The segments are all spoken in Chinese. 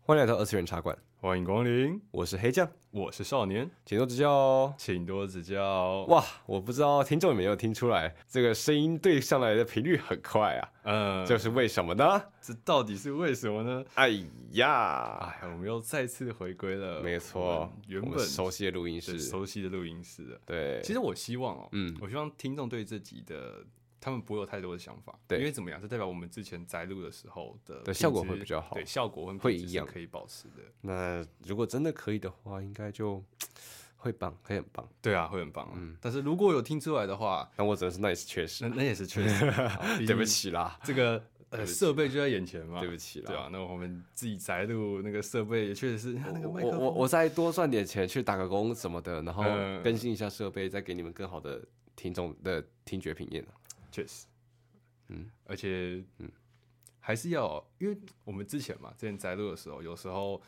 欢迎来到二次元茶馆，欢迎光临，我是黑酱，我是少年，请多指教哦。请多指教。哇，我不知道听众有没有听出来，这个声音对上来的频率很快啊，呃，这这是为什么呢？这到底是为什么呢？哎呀，哎，我们又再次回归了，没错，原我们本熟悉的录音是室，熟悉的录音室了。对，其实我希望哦，嗯我希望听众对这集的他们不会有太多的想法，对因为怎么样，这代表我们之前摘录的时候的对品质效果会比较好对，效果跟会品质一是样可以保持的。那如果真的可以的话，应该就会棒，会很棒。对啊，会很棒。嗯，但是如果有听出来的话，那我只能是那也是缺失那，那也是确实， 好毕竟对不起啦， 这个对呃不起设备就在眼前嘛，对不起啦。对啊，那我们自己宅录那个设备也确实是，那个我麦克我风我我再多赚点钱去打个工什么的，然后嗯更新一下设备，再给你们更好的听众的听觉品验。确实，嗯嗯，而且嗯还是要，因为我们之前嘛，之前宅录的时候，有时候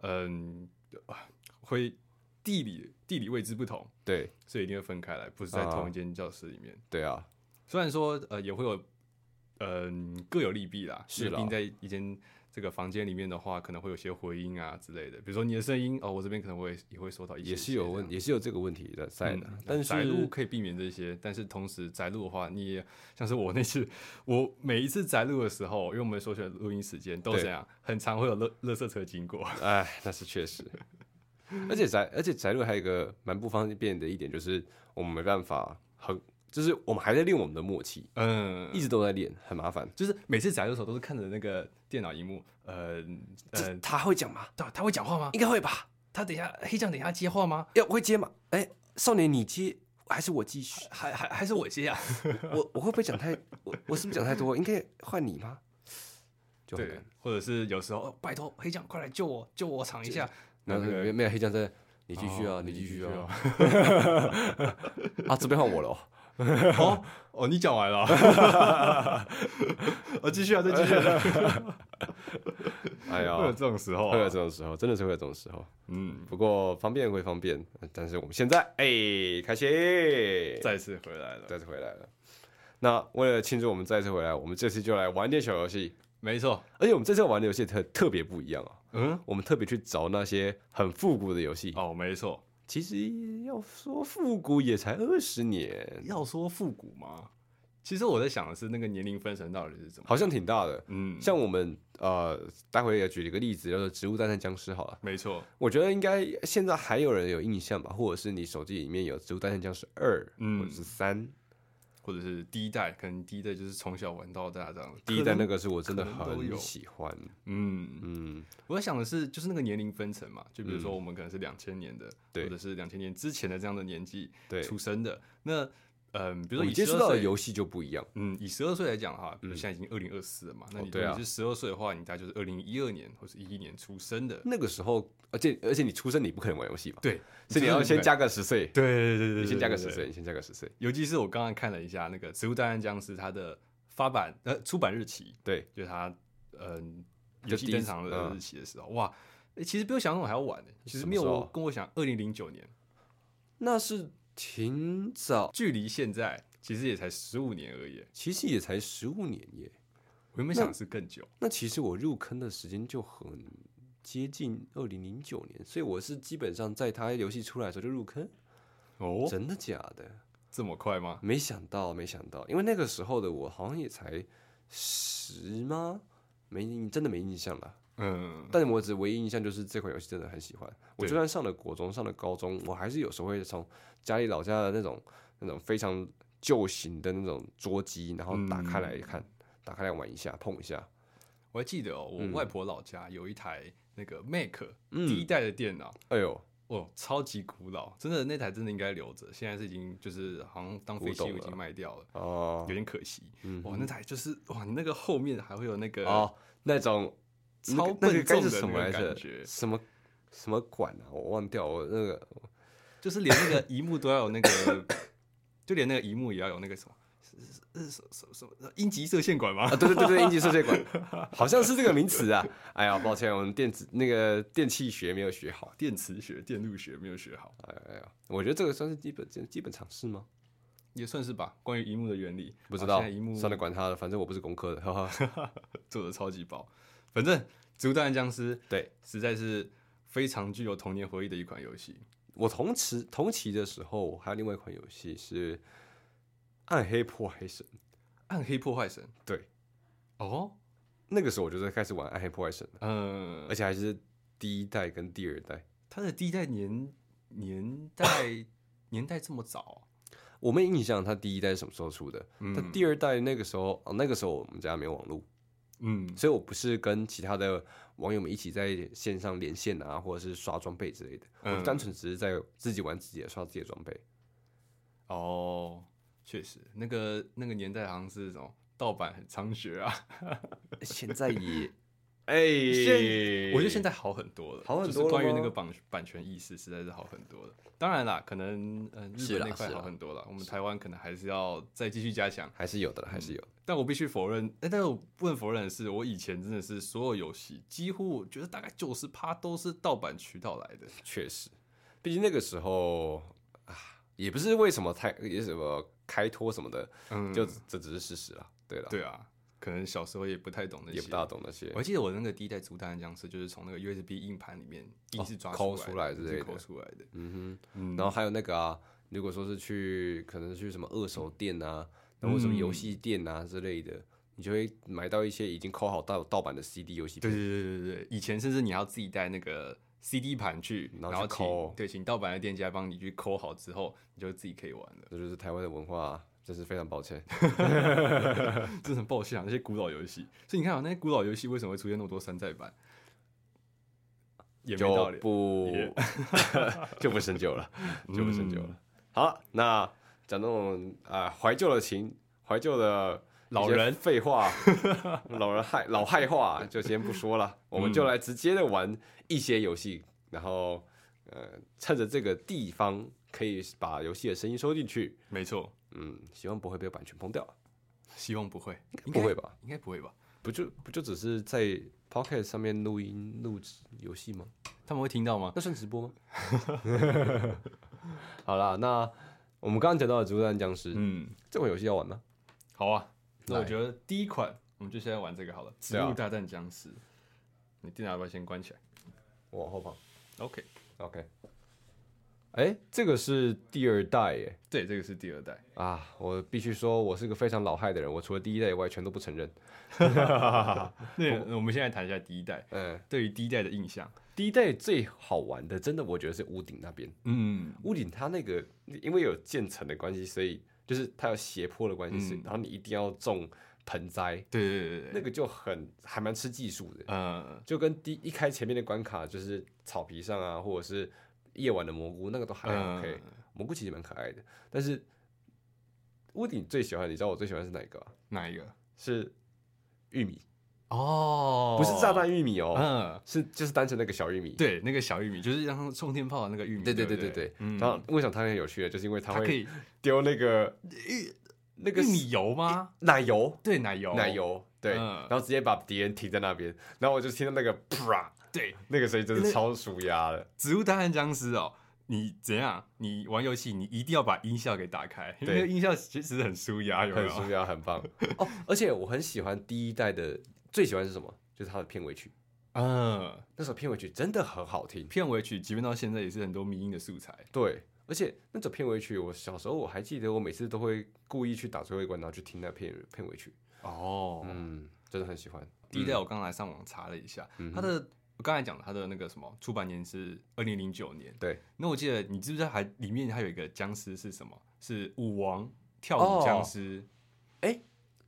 嗯啊会地理地理位置不同，对所以一定会分开来，不是在啊同一间教室里面。对啊，虽然说呃也会有嗯、各有利弊啦，是因啦为毕竟在一间这个房间里面的话，可能会有些回音啊之类的，比如说你的声音哦，我这边可能会也会收到一些也是有问，也是有这个问题的在的嗯，但窄路是可以避免这些，但是同时窄路的话，你也像是我那次，我每一次窄路的时候，因为我们所选的录音时间都对这样，很常会有乐乐色车经过。哎，那是确实。 而且宅，而且宅路还有一个蛮不方便的一点，就是我们没办法很，就是我们还在练我们的默契，嗯，一直都在练，很麻烦。就是每次窄路的时候都是看着那个电脑荧幕，呃这呃，他会讲吗？他他会讲话吗？应该会吧。他等一下黑酱等一下接话吗？要我会接吗？哎，少年你接还是我继续？还还还是我接啊？我我会不会讲太我我是不是讲太多？应该换你吗？就很对难。，或者是有时候、哦、拜托黑酱快来救我，救我尝一下。然后那个没有没有黑酱在，你继续啊，哦你继续啊。哦。 啊，这边换我了哦。哦哦，你讲完了， 我继续啊，再继 续啊。哎 呀，会有这种时候、会有啊，这种时候，真的是会有这种时候。嗯，不过方便归方便，呃但是我们现在哎、开心，再次回来了，再次回来了。那为了庆祝我们再次回来，我们这次就来玩点小游戏。没错，而且我们这次玩的游戏特特别不一样啊，嗯，我们特别去找那些很复古的游戏。哦，没错，其实要说复古也才二十年，要说复古吗？其实我在想的是那个年龄分层到底是怎么，好像挺大的。嗯，像我们呃，待会也举一个例子，叫做《植物大战僵尸》好了。没错，我觉得应该现在还有人有印象吧，或者是你手机里面有《植物大战僵尸二》嗯或者是三。或者是第一代，可能第一代就是从小玩到大这样，第一代那个，个是我真的可能都很有喜欢，嗯，嗯，我在想的是就是那个年龄分层嘛，就比如说我们可能是两千年的，对或者是两千年之前的这样的年纪对，出生的，那嗯，比比如说以接触12到的岁游戏就不一样，嗯，以十二岁来讲的话，比如现在已经二零二四了嘛，嗯那哦你对如啊果你是十二岁的话，你大概就是二零一二年或是一一年出生 的，那个时候，而且而且你出生你不可能玩游戏吧，对，所以你就是要个先，加个十岁，对对对对对，你先加个对十。对对岁，你先加个十岁，尤其是我刚刚看了一下那个《植物大战僵尸》它的发版呃出版日期，对，就是它嗯就游戏第一登次场的嗯日期的时候，哇，诶其实比我想象中还要晚呢。其什实么没有时候啊我跟我想二零零九年，那是挺早，距离现在其实也才十五年而已。其实也才十五年耶，我原本想是更久，那其实我入坑的时间就很接近二零零九年，所以我是基本上在它游戏出来的时候就入坑，哦，真的假的？这么快吗？没想到，没想到，因为那个时候的我好像也才十吗？没印，真的没印象了。嗯，但我只唯一印象就是这款游戏真的很喜欢。我对就算上了国中，上了高中，我还是有时候会从家里老家的那种那种非常旧型的那种桌机，然后打开来看，嗯打开来玩一下，碰一下。我还记得哦，我外婆老家有一台那个 Mac、嗯第一代的电脑，哎呦，哦，超级古老，真的那台真的应该留着，现在是已经就是好像当废古董弃了物已经卖掉了，哦、有点可惜。哇，那台就是哇，你那个后面还会有那个哦，那种那个超那笨个该重是的什么那来个着感觉？，什么什么管啊？我忘掉我那个 就是连那个荧幕都要有那个，就连那个荧幕也要有那个什么。是是是什么什么音极射线管吗啊，？对对对对，应急射线管，好像是这个名词啊。哎呀，抱歉，我们电子那个电气学没有学好。 电磁学、电路学没有学好，哎呀哎呀，我觉得这个算是基本基本常识吗？也算是吧。关于荧幕的原理，不知啊道现在荧幕，算了，管他了，反正我不是工科的，哈哈。做的超级薄。反正《植物大战僵尸》 对，实在是非常具有童年回忆的一款游戏。我同时同期的时候，还有另外一款游戏是《暗黑破坏神》。暗黑破坏神，对，哦，那个时候我就在开始玩《暗黑破坏神》了，嗯而，且还是第一代跟第二代。它的第一代年年代年代这么早，啊我没印象它第一代是什么时候出的，嗯但第二代那个时候，哦，那个时候我们家没有网络，嗯所以我不是跟其他的网友们一起在线上连线啊，或者是刷装备之类的，嗯我单纯只是在自己玩自己的，刷自己的装备。哦，确实，那个那个年代好像是什么盗版很猖獗啊。 现在也，哎、我觉得现在好很多了，好很就多是了关于吗那个版版权意识实在是好很多了。当然啦，可能呃日是本啦那块是啦好很多了，我们台湾可能还是要再继续加强。还是有的，还是有的。但我必须否认，哎、但是我不能否认的是，我以前真的是所有游戏几乎我觉得大概九十趴都是盗版渠道来的。确实，毕竟那个时候啊，也不是为什么太也是什么开脱什么的，嗯，就这只是事实啦。对了，对啊，可能小时候也不太懂那些。也不大懂那些我。还记得我那个第一代《竹弹僵尸》就是从那个 USB 硬盘里面硬是抓哦抠出出来的之硬是类的抠出来的。嗯嗯哼，然后还有那个啊，如果说是去可能去什么二手店啊，然后什么游嗯戏店啊之类的，你就会买到一些已经抠好盗盗版的 CD 游戏对片。对对对对，以前甚至你要自己带那个 CD 盘去，然后去然后请抠对请盗版的店家帮你去抠好之后，你就自己可以玩了。这就是台湾的文化、啊，真是非常抱歉。真的很抱歉啊，那些古老游戏。所以你看啊，那些古老游戏为什么会出现那么多山寨版？也没就道理，嗯不 就不深究了，就不深究了。好，那讲那种啊怀旧的情，怀旧的老人一些废话， 老人害老害话啊就先不说了，我嗯们就来直接的玩一些游戏，然后呃趁着这个地方可以把游戏的声音收进去，没错，嗯，希望不会被版权封掉，希望不会，不会吧？应该不会吧？不就不就只是在 Pocket 上面录音录制游戏吗？他们会听到吗？那算直播吗？ 好啦，那我们刚刚讲到的《植物大战僵尸》嗯，这款游戏要玩吗？好啊。那我来觉得第一款我们就先来玩这个好了，《植对啊物大战僵尸》。你电脑要不要先关起来我往后放。 ？OK， OK。哎，这个是第二代耶对，这个是第二代。啊！我必须说，我是个非常老害的人，我除了第一代以外，全都不承 认。那我们现在谈一下第一代，嗯，对于第一代的印象。第一代最好玩的，真的我觉得是屋顶那边。嗯，屋顶它那个因为有建成的关系，所以就是它有斜坡的关系，所以嗯然后你一定要种盆栽，对对对对那对，个就很还蛮吃技术的。呃，就跟第一开前面的关卡，就是草皮上啊，或者是夜晚的蘑菇，那个都还 OK、嗯蘑菇其实蛮可爱的，但是屋顶最喜欢，你知道我最喜欢是哪一个、啊？哪一个？是玉米，哦不是炸，弹玉米哦，嗯，是就是单纯那个小玉米。对，那个小玉米就是让它冲天炮的那个玉米，对对对对不对对。嗯，然后为什么它很有趣呢？就是因为它它可会以丢那个那个玉米油吗？奶油，对，奶油，奶，油。对，嗯然后直接把敌人停在那边，然后我就听到那个啪，对，那个声音真那是超舒压的。植物大战僵尸哦。你怎样？你玩游戏，你一定要把音效给打开，因为对那个音效其实很舒压，有没很舒有？压，很棒 哦。而且我很喜欢第一代的，最喜欢是什么？就是它的片尾曲。嗯，那首片尾曲真的很好听，片尾曲即便到现在也是很多迷音的素材。对。而且那首片尾曲，我小时候我还记得，我每次都会故意去打最后一关，然后去听那片片尾曲。哦，嗯，真的很喜欢。嗯第一代我刚来上网查了一下，它的我刚才讲的它的那个什么出版年是二零零九年。对，那我记得你知不知道还里面还有一个僵尸是什么？是舞王跳舞哦僵尸、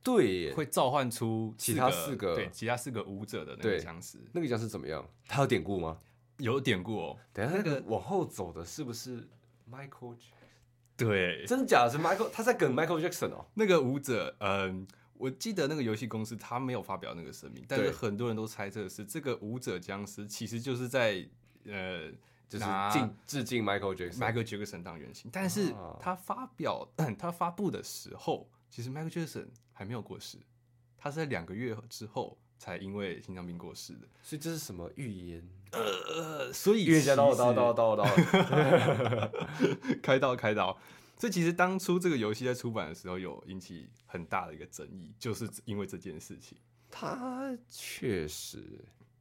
对耶，会召唤出其四他四个对其他四个舞者的那个对僵尸，那个僵尸怎么样？它有典故吗？有典故哦。等一下那个往后走的是不是 Michael？Jackson？对，真的假的？是 Michael？他在跟 Michael Jackson 哦。那个舞者，嗯。我记得那个游戏公司他没有发表那个声明，但是对很多人都猜测是这个舞者僵尸其实就是在呃，就是拿敬致敬 Michael Jackson。 Michael Jackson 当原型，但是啊他发表 他发布的时候，其实 Michael Jackson 还没有过世，他是在两个月之后才因为心脏病过世的。所以这是什么预言？呃，所以预言家到了，其实到了，到了，到了，到了。 开刀开刀。所以其实当初这个游戏在出版的时候，有引起很大的一个争议，就是因为这件事情。他确实，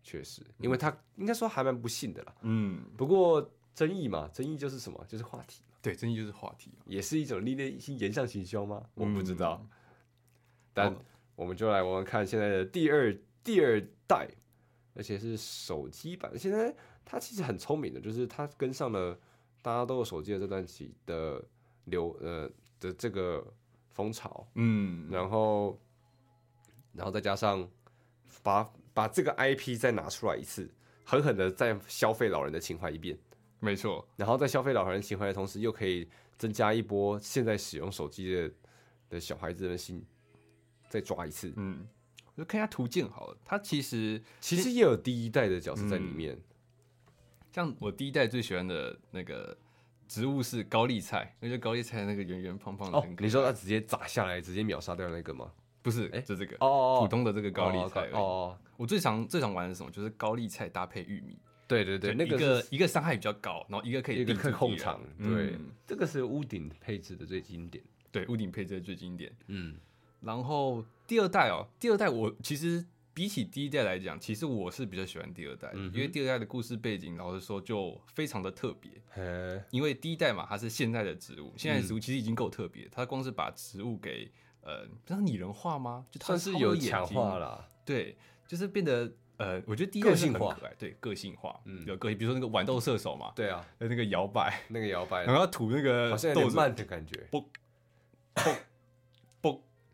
确实，因为他应该说还蛮不幸的啦。嗯，不过争议嘛，争议就是什么？就是话题嘛，对，争议就是话题啊。也是一种历练性言上行销吗？我不知道，嗯但我们就来玩玩看现在的第二第二代，而且是手机版。现在它其实很聪明的，就是它跟上了大家都有手机的这段期的流呃的这个风潮，嗯，然后然后再加上把把这个 IP 再拿出来一次，狠狠的再消费老人的情怀一遍。没错，然后在消费老人情怀的同时，又可以增加一波现在使用手机的的小孩子的心，再抓一次。嗯，我就看一下图鉴好了。它其实其实也有第一代的角色在里面，像我第一代最喜欢的那个植物是高丽菜，那就高丽菜那个圆圆胖胖的哦很，可爱。你说他直接砸下来，直接秒杀掉那个吗？不是？哎就这个哦哦普通的这个高丽菜而已。哦哦，我最常最常玩的是什么？就是高丽菜搭配玉米，对对对，那一个个是一个伤害比较高，然后一个可以一个定住控敌人场，对嗯，这个是屋顶配置的最经典。对，屋顶配置的最经典。嗯，然后第二代哦，第二代我其实比起第一代来讲，其实我是比较喜欢第二代的，嗯哼因为第二代的故事背景，老实说就非常的特别。嗯嘿，因为第一代嘛，它是现代的植物，现代嗯的植物其实已经够特别，它光是把植物给呃，不是拟人化吗？就它算是超有眼强睛化啦。对，就是变得呃，我觉得第一代个是性很化可爱，对，个性化，嗯有个性，比如说那个豌豆射手嘛，对啊，呃那个摇摆，那个摇摆然后要吐那个哎好像有豆点子，慢的感觉，然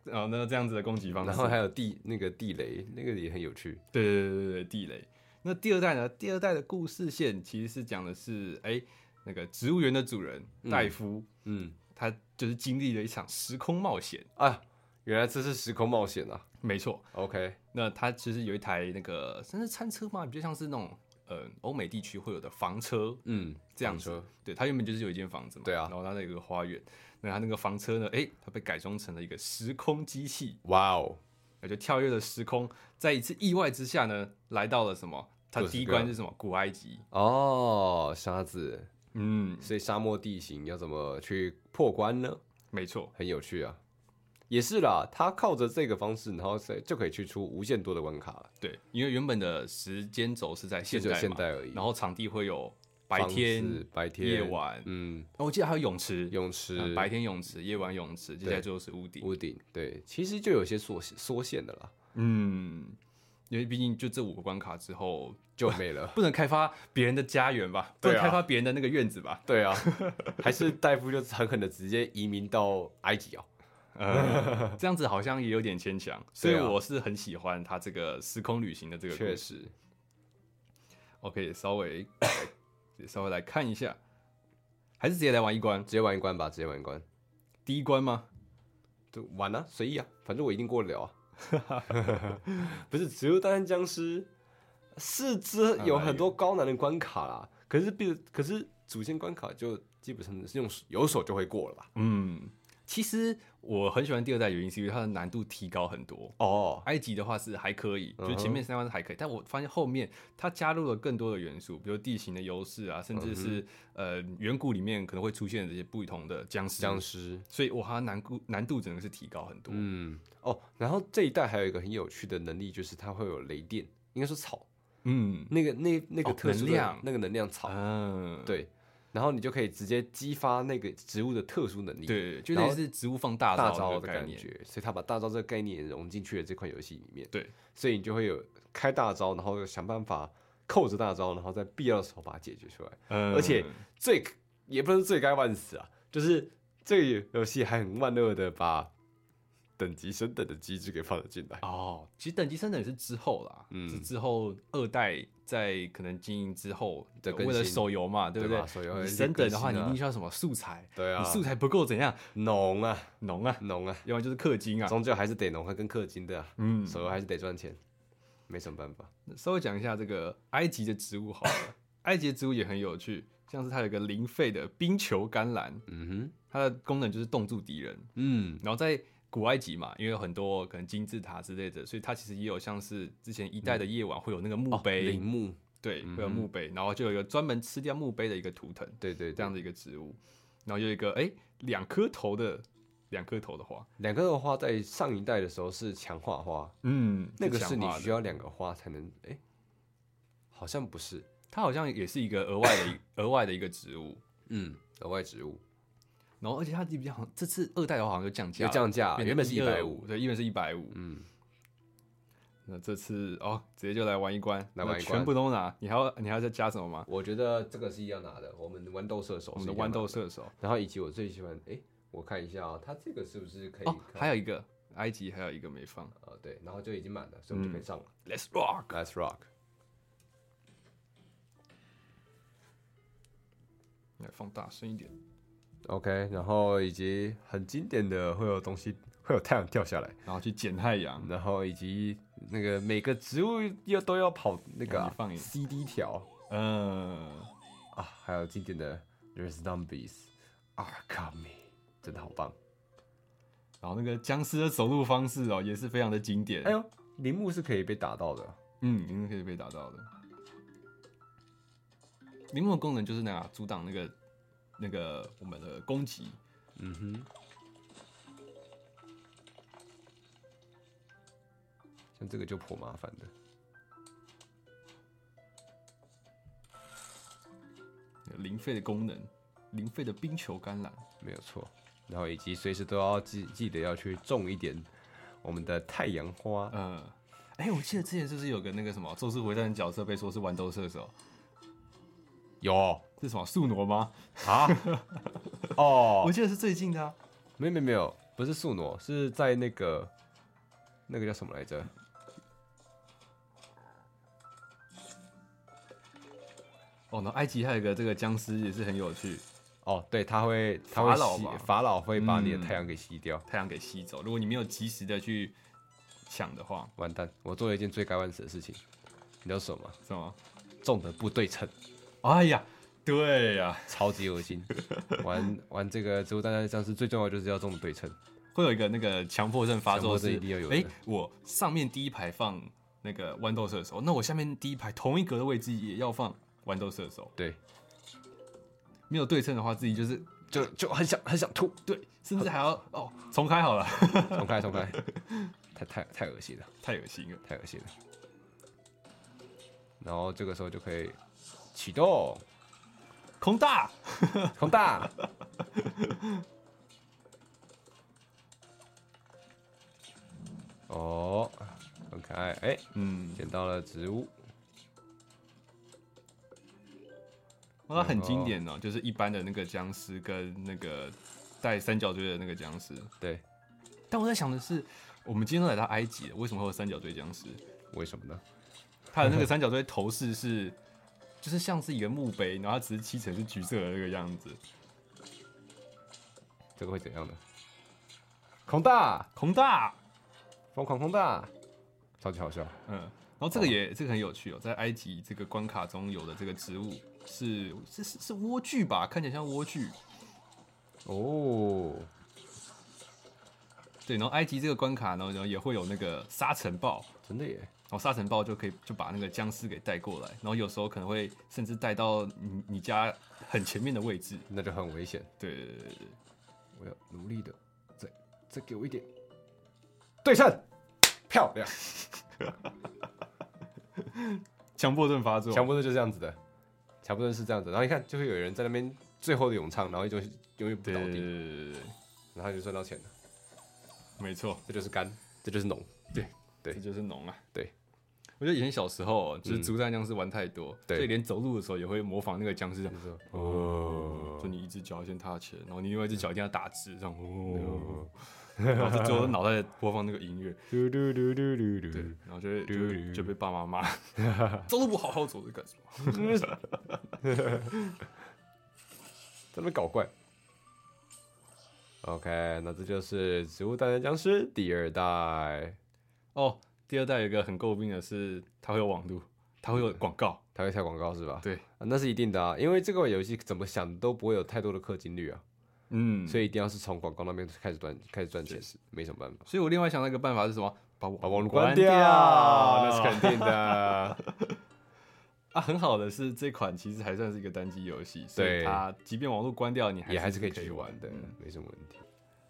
后哦那这样子的攻击方式，然后还有地那个地雷，那个也很有趣。对对对对对，地雷。那第二代呢？第二代的故事线其实是讲的是，哎、那个植物园的主人戴夫，嗯他就是经历了一场时空冒险。啊，原来这是时空冒险啊。没错， OK，那他其实有一台那个算是餐车吗？比较像是那种呃欧美地区会有的房车。嗯，这样房子车，对他原本就是有一间房子嘛，对啊然后他那有个花园，那他那个房车呢，哎、它被改装成了一个时空机器，哇哦，那就跳跃了时空，在一次意外之下呢，来到了什么？他各式第一各样关是什么？古埃及。哦，沙子，嗯，所以沙漠地形要怎么去破关呢？没错，很有趣啊，也是啦，他靠着这个方式，然后再就可以去出无限多的关卡了，对，因为原本的时间轴是在就现只有代现嘛，代而已。然后场地会有白房天、子、白天、夜，晚，嗯，哦，我记得还有泳池，泳池、啊白天泳池、夜晚泳池，接下来对就是屋顶。屋顶，对，其实就有些缩缩限的啦，嗯，因为毕竟就这五个关卡之后，就没了。 不能开发别人的家园吧，不对啊能开发别人的那个院子吧。对啊，还是戴夫就狠狠的直接移民到埃及哦。呃，这样子好像也有点牵强，所以对啊我是很喜欢他这个时空旅行的这个故确事。实，我可以稍微也稍微来看一下，还是直接来玩一关？直接玩一关吧，直接玩一关，第一关吗？就玩啊，随意啊，反正我一定过得了啊。 不是，只有单身僵尸是只有很多高难的关卡啦，可是比可是主线关卡就基本上是用手有手就会过了吧？嗯，其实我很喜欢第二代，原因是因为它的难度提高很多。哦，埃及的话是还可以，嗯就哼前面三关是还可以，但我发现后面它加入了更多的元素，比如地形的优势啊，甚至是、呃远古里面可能会出现的这些不同的僵嗯尸，僵尸，所以我它难度难度整个是提高很多。嗯，哦，然后这一代还有一个很有趣的能力，就是它会有雷电，应该说草，嗯那个那那个哦特殊的能量那个能量草，嗯，对，然后你就可以直接激发那个植物的特殊能力，，对，就类似植物放大大招招的的概感念。觉，所以他把大招这个概念也融进去了这款游戏里面，对，所以你就会有开大招，然后想办法扣着大招，然后在必要的时候把它解决出来。嗯而且最也不能罪该万死啊，就是这个游戏还很万恶的把等级升等的机制给放了进来。哦，其实等级升等也是之后啦，嗯是之后二代在可能经营之后，的呃更为了新手游嘛，对不对对吧？手游有你一些升等的话，更你新一啊定需要什么素材？对啊你素材不够怎样？农啊，农啊，农啊，要不然就是氪金啊。终究还是得农和跟氪金的、啊，嗯，手游还是得赚钱，没什么办法。稍微讲一下这个埃及的植物好了，埃及的植物也很有趣，像是它有一个零费的冰球甘蓝，嗯哼，它的功能就是冻住敌人，嗯，然后在古埃及嘛，因为有很多可能金字塔之类的，所以它其实也有像是之前一嗯代的夜晚会有那个哦墓碑，铃木，对，嗯会有墓碑，然后就有一个专门吃掉墓碑的一个图腾，对对这对，样的一个植物，然后有一个哎两颗头的两颗头的花，两个的花在上一代的时候是强化花，嗯，那个是你需要要两个花才能，哎、好像不是，它好像也是一个额外的一额外的一个植物。嗯，额外植物然后而且它这边好像这次二代头好像就降价有了，降价，变成啊原本是一百125五，对，原本是一百五。嗯，那这次哦，直接就来玩一关，来玩一那关全部都拿。你还要你还要再加什么吗？我觉得这个是一样拿的，我们豌豆射手，我们的豌豆，射手然后以及我最喜欢，哎，我看一下啊，它这个是不是可以哦，哎看？还有一个埃及还有一个没放呃，对，然后就已经满了，所以我嗯们就可以上了。 ，Let's rock。 Let's rock，来放大声一点 OK，然后以及很经典的会有东西，会有太阳掉下来，然后去捡太阳。然后以及那个每个植物又都要跑那个、你放一 CD 条嗯，啊，还有经典的 There's Zombies Are Coming，真的好棒。然后那个僵尸的走路方式哦，也是非常的经典。哎，呦，铃木是可以被打到的，嗯，铃木可以被打到的。铃木的功能就是那个啊阻挡那个那个我们的攻击。嗯哼。像这个就颇麻烦的，零费的功能，零费的冰球橄榄。没有错。然后以及随时都要记记得要去种一点我们的太阳花，呃，哎、我记得之前是不是有个那个什么《咒术回战》的角色被说是豌豆射手？有是什么素挪吗？啊？ 哦我，记得是最近的、啊。没有没有没有，不是宿傩，是在那个那个叫什么来着？哦，然后埃及还有一个这个僵尸也是很有趣，哦，对，他会他会法老吸吧法老会把你的嗯太阳给吸掉，太阳给吸走。如果你没有及时的去抢的话，完蛋！我做了一件罪该万死的事情，你知道什么吗？是吗？种的不对称，哎呀，对呀、超级恶心。玩玩这个植物大战僵尸最重要就是要种得对称，会有一个那个强迫症发强迫作症是，一定要有的哎、我上面第一排放那个豌豆射手，那我下面第一排同一格的位置也要放豌豆射手，对，没有对称的话，自己就是就就很想很想吐，对，甚至还要哦重开好了，重开重开，太太太恶心了， 太恶心了。太恶心了。然后这个时候就可以启动，空大，宏大。哦，很可爱。哎、嗯，捡到了植物，哇，它很经典哦，就是一般的那个僵尸跟那个带三角锥的那个僵尸。对，但我在想的是，我们今天都来到埃及了，为什么会有三角锥僵尸？为什么呢？它的那个三角锥头饰是，就是像是一个墓碑，然后它只是漆成是橘色的那个样子。这个会怎样呢？宏大，空大，疯狂宏大，超级好笑。嗯，然后这个也这个很有趣哦，在埃及这个关卡中有的这个植物是是是是莴苣吧，看起来像莴苣。哦，对，然后埃及这个关卡呢，然后也会有那个沙尘暴，真的耶！然后沙尘暴就可以就把那个僵尸给带过来，然后有时候可能会甚至带到你你家很前面的位置。那就很危险，对对对对对，我要努力的，再再给我一点，对称，漂亮。强迫症发作。强迫症就是这样子的，强迫症是这样子。然后你看，就会有人在那边最后的咏唱，然后就永远不对倒对对地，对对对，然后他就赚到钱了。没错，这就是肝，这就是脓。对这就是农啊。对，我觉得以前小时候哦就是竹山僵尸玩太多，对所以连走路的时候也会模仿那个僵尸这样。就是说哦，就你一只脚先踏前，然后你另外一只脚一定要打直，这样哦，然后就只有脑袋播放那个音乐，嘟嘟嘟嘟嘟嘟对，然后就会就会就被爸妈骂，走路不好好走是干什么？ 在那边搞怪。OK，那这就是《植物大战僵尸》第二代，哦，第二代有一个很诟病的是，它会有网路，它会有广告，它会跳广告是吧？对，啊那是一定的啊，因为这个游戏怎么想都不会有太多的氪金率啊，嗯，所所以以一定要是从广告那边开始赚，开始赚钱，没什么办法。所以我另外想到一个办法是什么？把把网网络关关掉，那 是那是肯定的。啊，很好的是这款其实还算是一个单机游戏，所对以它即便网络关掉，你也还还是可以继续玩的嗯，没什么问题。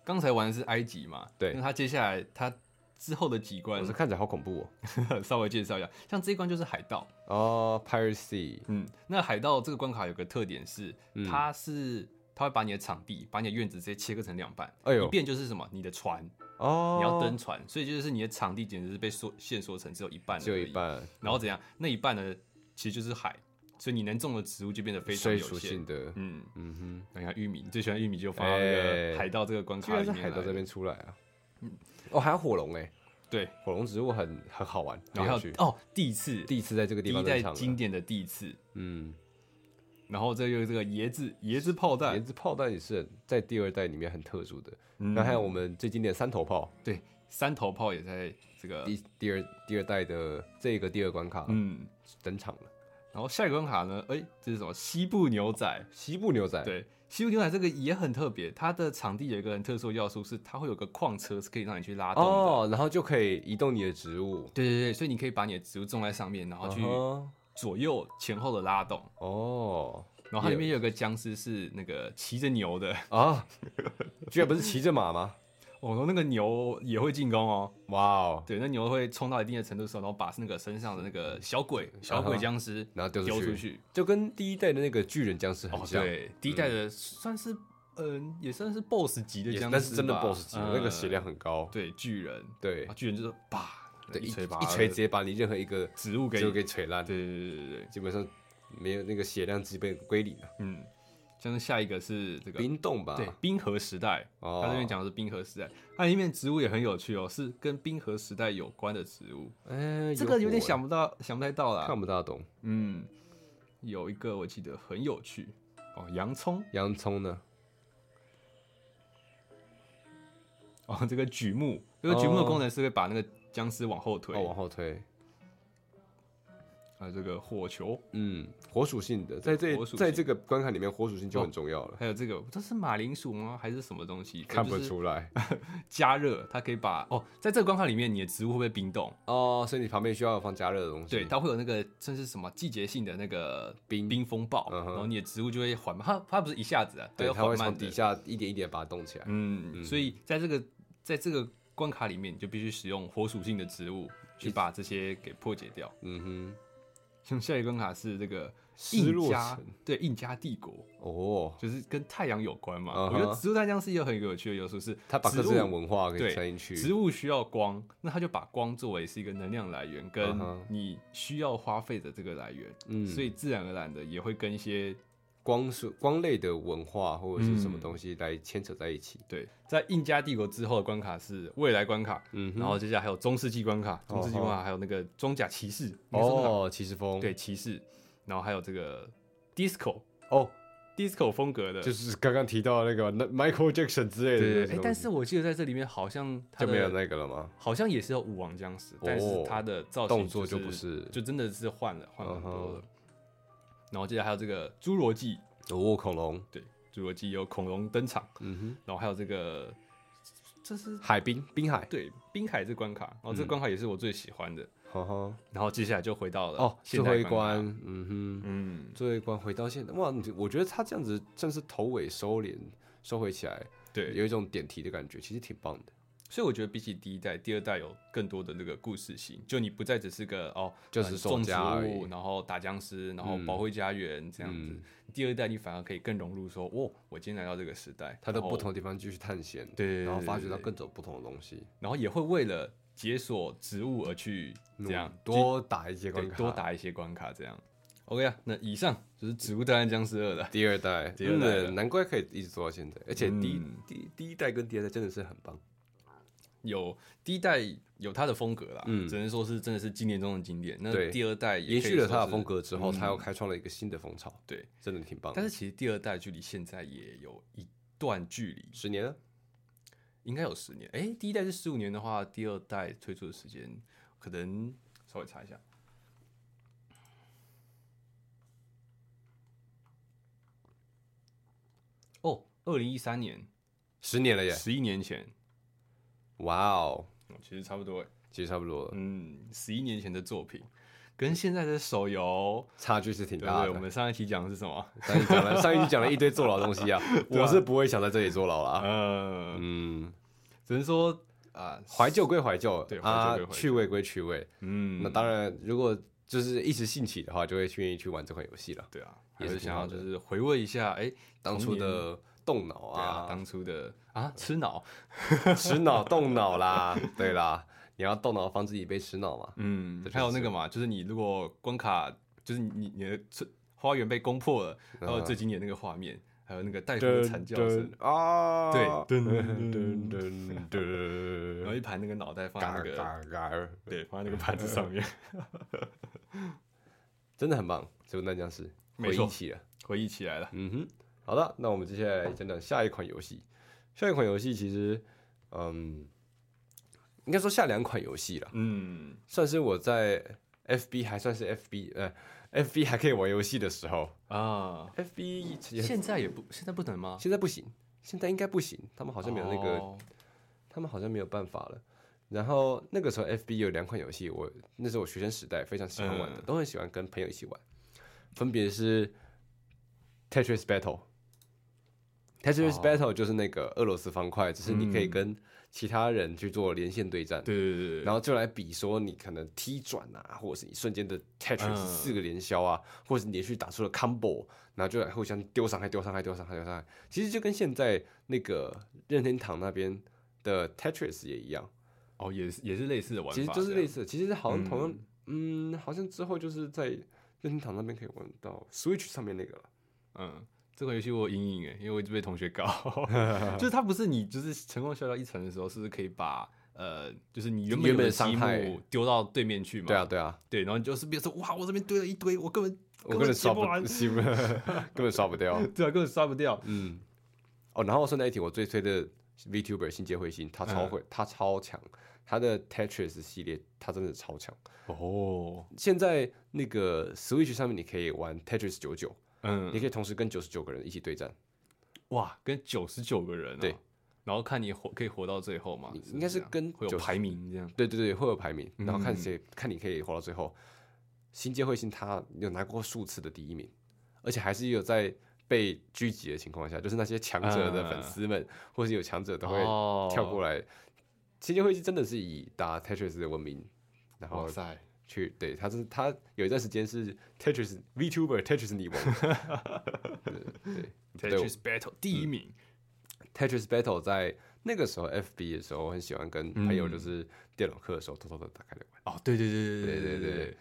刚才玩的是埃及嘛，对嗯那他接下来他之后的几关我是看起来好恐怖哦稍微介绍一下，像这一关就是海盗，哦。哦，piracy，嗯，那海盗这个关卡有个特点是，嗯它是它会把你的场地、把你的院子直接切割成两半，哎呦一边就是什么你的船，哦，你要登船，所以就是你的场地简直是被缩限缩成只有一半，只有一，半然后怎样？那一半呢，其实就是海，所以你能种的植物就变得非常水有属限性。的，嗯，嗯哼，你看玉米，你最喜欢玉米就放到那哎个海盗这个关居卡然里是面海盗来这边出来啊。嗯哦，还有火龙哎，对，火龙植物很很好玩，然很有后还趣有。哦，地刺，第一次在这个第地方一登代场经了，典的地刺，嗯，然后这又有这个椰子椰子炮弹莲，子炮弹也是在第二代里面很特殊的。嗯那还有我们最经典的三头炮，对三头炮也在这个第第二第二代的这个第二关卡嗯，登场了。然后下一个关卡呢，哎，这是什么？西部牛仔，西部牛仔，哦对，西部牛仔这个也很特别，它的场地有一个很特殊的要素是，它会有个矿车是可以让你去拉动的。哦，然后就可以移动你的植物，对对对，所以你可以把你的植物种在上面，然后去嗯哼左右前后的拉动。 哦然后它里面有个僵尸是那个骑着牛的，啊，居然不是骑着马吗？我说那个牛也会进攻哦。哇哦，对，那牛会冲到一定的程度的时候，然后把那个身上的那个小鬼、小鬼僵尸然嗯后丢丢出出去，去。就跟第一代的那个巨人僵尸哦很，像，对，第一代的算是嗯，也算是 BOSS 级的也僵是尸吧，但是真的 BOSS 级，那个血嗯量很高，对巨人，对啊，巨人就是啪，对，一一锤把一锤直接把你任何一个植物给植物给锤烂，对对对对对，基本上没有那个血量基本归零了。嗯，像是下一个是这个冰啊冻吧，对，冰河时代，哦，它这边讲的是冰河时代，它里面植物也很有趣哦，是跟冰河时代有关的植物，哎，这个有点火想不到，想不太到哎啦看。不大懂。嗯，有一个我记得很有趣哦，洋葱洋葱呢？哦，这个榉木，这个榉木的哦功能是会把那个僵尸往后推哦，，往后推，还有这个火球，嗯，火属性的，在这火属性在这个关卡里面，火属性就很重要了，还有这个这是马铃薯吗？还是什么东西？看就不是出来。加热，它可以把哦，在这个关卡里面，你的植物会不会冰冻？哦，所以你旁边需要有放加热的东西。对，，它会有那个甚至什么季节性的那个冰冰风暴，嗯哼然后你的植物就会缓慢，它它不是一下子啊，对，要它会缓从慢的底。下一点一点把它冻起来。嗯，所以在这个在这个关卡里面，你就必须使用火属性的植物去把这些给破解掉。嗯像下一个关卡是这个失落印加城，对印加帝国，哼，哦，就是跟太阳有关嘛。嗯哼我觉得植物大僵尸也有很有趣的，有时候是它把植各物自然文化给对塞进去。植物需要光，那它就把光作为是一个能量来源，跟嗯哼你需要花费的这个来源，嗯所以自然而然的也会跟一些光是光类的文化或者是什么嗯东西来牵扯在一起。对，在印加帝国之后的关卡是未来关卡，嗯哼，然后接下来还有中世纪关卡，中世纪关哦卡还有那个装甲骑士，那个时候那个哦，骑士风，对骑士，然后还有这个 disco 哦， disco 风格的，就是刚刚提到的那个那 Michael Jackson 之类对对的那种东对，西，哎但是我记得在这里面好像它就没有的那个了吗？好像也是有武王僵尸，但是哦它的造型动作就就不是就真的是换了，换了很多了。嗯然后接下来还有这个侏罗纪，哦，恐龙，对，侏罗纪有恐龙登场，嗯然后还有这个，这是哼，海滨滨海，对滨海这关卡，然嗯后这个关卡也是我最喜欢的。哈哈，然后接下来就回到了哦，呃现最代后一关卡关，，嗯嗯哼，，最后一关回到现代，哇，你我觉得他这样子算是头尾收敛收回起来，对，有一种点题的感觉，其实挺棒的，所以我觉得比起第一代、第二代有更多的那个故事性，就你不再只是个哦，就呃是种种植家而物，已然后打僵尸，然后嗯保卫家园这样子。嗯第二代你反而可以更融入说，哦，我今天来到这个时代，他到然后不同地方继续探险，对对对然后发对掘对到对更多不同的东西，然后也会为了解锁植物而去这样嗯多打一些对关卡，多打一些关卡这样。OK 啊，那以上就是《植物大战僵尸二》的。第二代，第二代嗯了难怪可以一直做到现在，而且第一嗯第第一代跟第二代真的是很棒，有第一代有它的风格啦，嗯只能说是真的是经典中的经典。那对第二代也延可以续了说他的是风，格之后，他又开创了一个新的风潮，对。真的挺棒的但。是其实第二代距离现在也有一段距离，十年了，应该有十年。哎、第一代是十五年的话，第二代推出的时间可能稍微查一下。哦，二零一三年，十年了耶！十一年前，哇哦，哦其实差不多耶。其实差不多了，嗯，十一年前的作品，跟现在的手游，差距是挺对大对，的我。们上一期讲的是什么？ 上一集讲了，上一集讲了一堆 啊坐牢的东西啊，我是不会想在这里坐牢了啊。呃，嗯，只能说啊，怀旧归怀旧，对怀旧啊归怀，旧趣味归趣味。嗯，那当然，如果就是一时兴起的话，就会去愿意去玩这款游戏了。对啊，还也是是挺想要好就的是回味一下，哎，当童初年的动脑对啊，啊，当初的啊吃脑， 吃脑动脑啦， 对啦，你要动脑防止你被吃脑嘛。嗯这，就还有那是个嘛，就是你如果关卡，就是你你的村花园被攻破了，还有最经典那个画面，还有那个带风的惨叫声，啊，对噔噔 噔然后噔，一盘那个脑袋放在 嘎那个，嘎嘎，对，放在那个盘子上面，真的很棒，这个那僵尸没回错忆起了。回忆起来了，嗯哼，好的，那我们接下来讲讲下一款游戏。下一款游戏其实，嗯，应该说下两款游戏了，嗯，算是我在 FB 还算是 FB 呃 FB 还可以玩游戏的时候啊， ，FB 也现在也不现在不能吗？现在不行，现在应该不行，他们好好像没有那哦个，他们好像没有办法了。然后那个时候 FB 有两款游戏，我那是我学生时代非常喜欢玩的，嗯都很喜欢跟朋友一起玩，分别是 Tetris Battle。Tetris 哦嗯 Battle 就是那个俄罗斯方块，只是你可以跟其他人去做连线对战，对对对对，然后就来比说你可能踢转啊，或者是你瞬间的嗯 Tetris 四个连消啊，或者是你连续打出了 combo，然后就来互相丢伤害、丢伤害、丢伤害、丢伤害。其实就跟现在那个任天堂那边的 Tetris 也一样，哦，也是也是类似的玩法其这实样，就是类似的，其实好像同样，嗯好像之后就是在任天堂那边可以玩到 Switch 上面那个了。嗯，这款游戏我有阴影哎，因为我一直被同学 搞，就是它不是你就是成功消掉一层的时候，是不是可以把呃，就是你原原本本的伤积害木丢到对面去嘛？对啊，，对啊，对，然后你就是变成哇，我这边堆了一堆，我根本我根本接刷不不完，吸不， 根本刷不掉。 对啊，根本刷不掉。嗯，哦，然后顺带一提，我最推的 VTuber 新界彗星，他超嗯会，他超强，他的 Tetris 系列他真的超强。哦，现在那个 Switch 上面你可以玩 Tetris 九九，嗯你，可以同时跟九十九个人一起对战，哇，跟九十九个人、啊、对，然后看你活可以活到最后嘛？你是不应该是是这样跟会有90排名这样。对对对，会有排名，然后看嗯谁、看你可以活到最后。新界彗星他有拿过数次的第一名，而且还是有在被狙击的情况下，就是那些强者的粉丝们，或是有强者都会嗯哦跳过来。新界彗星真的是以打 Tetris 的闻名，然后哇塞，去对他是他有一段时间是 Tetris VTuber Tetris 女 王 t 对 e 我嗯 t r Battle 第一名， Tetris Battle 在那个时候 FB 的时候，我很喜欢跟嗯朋友就是电脑课的时候偷偷的打开来玩。哦，对对对对对对对对对。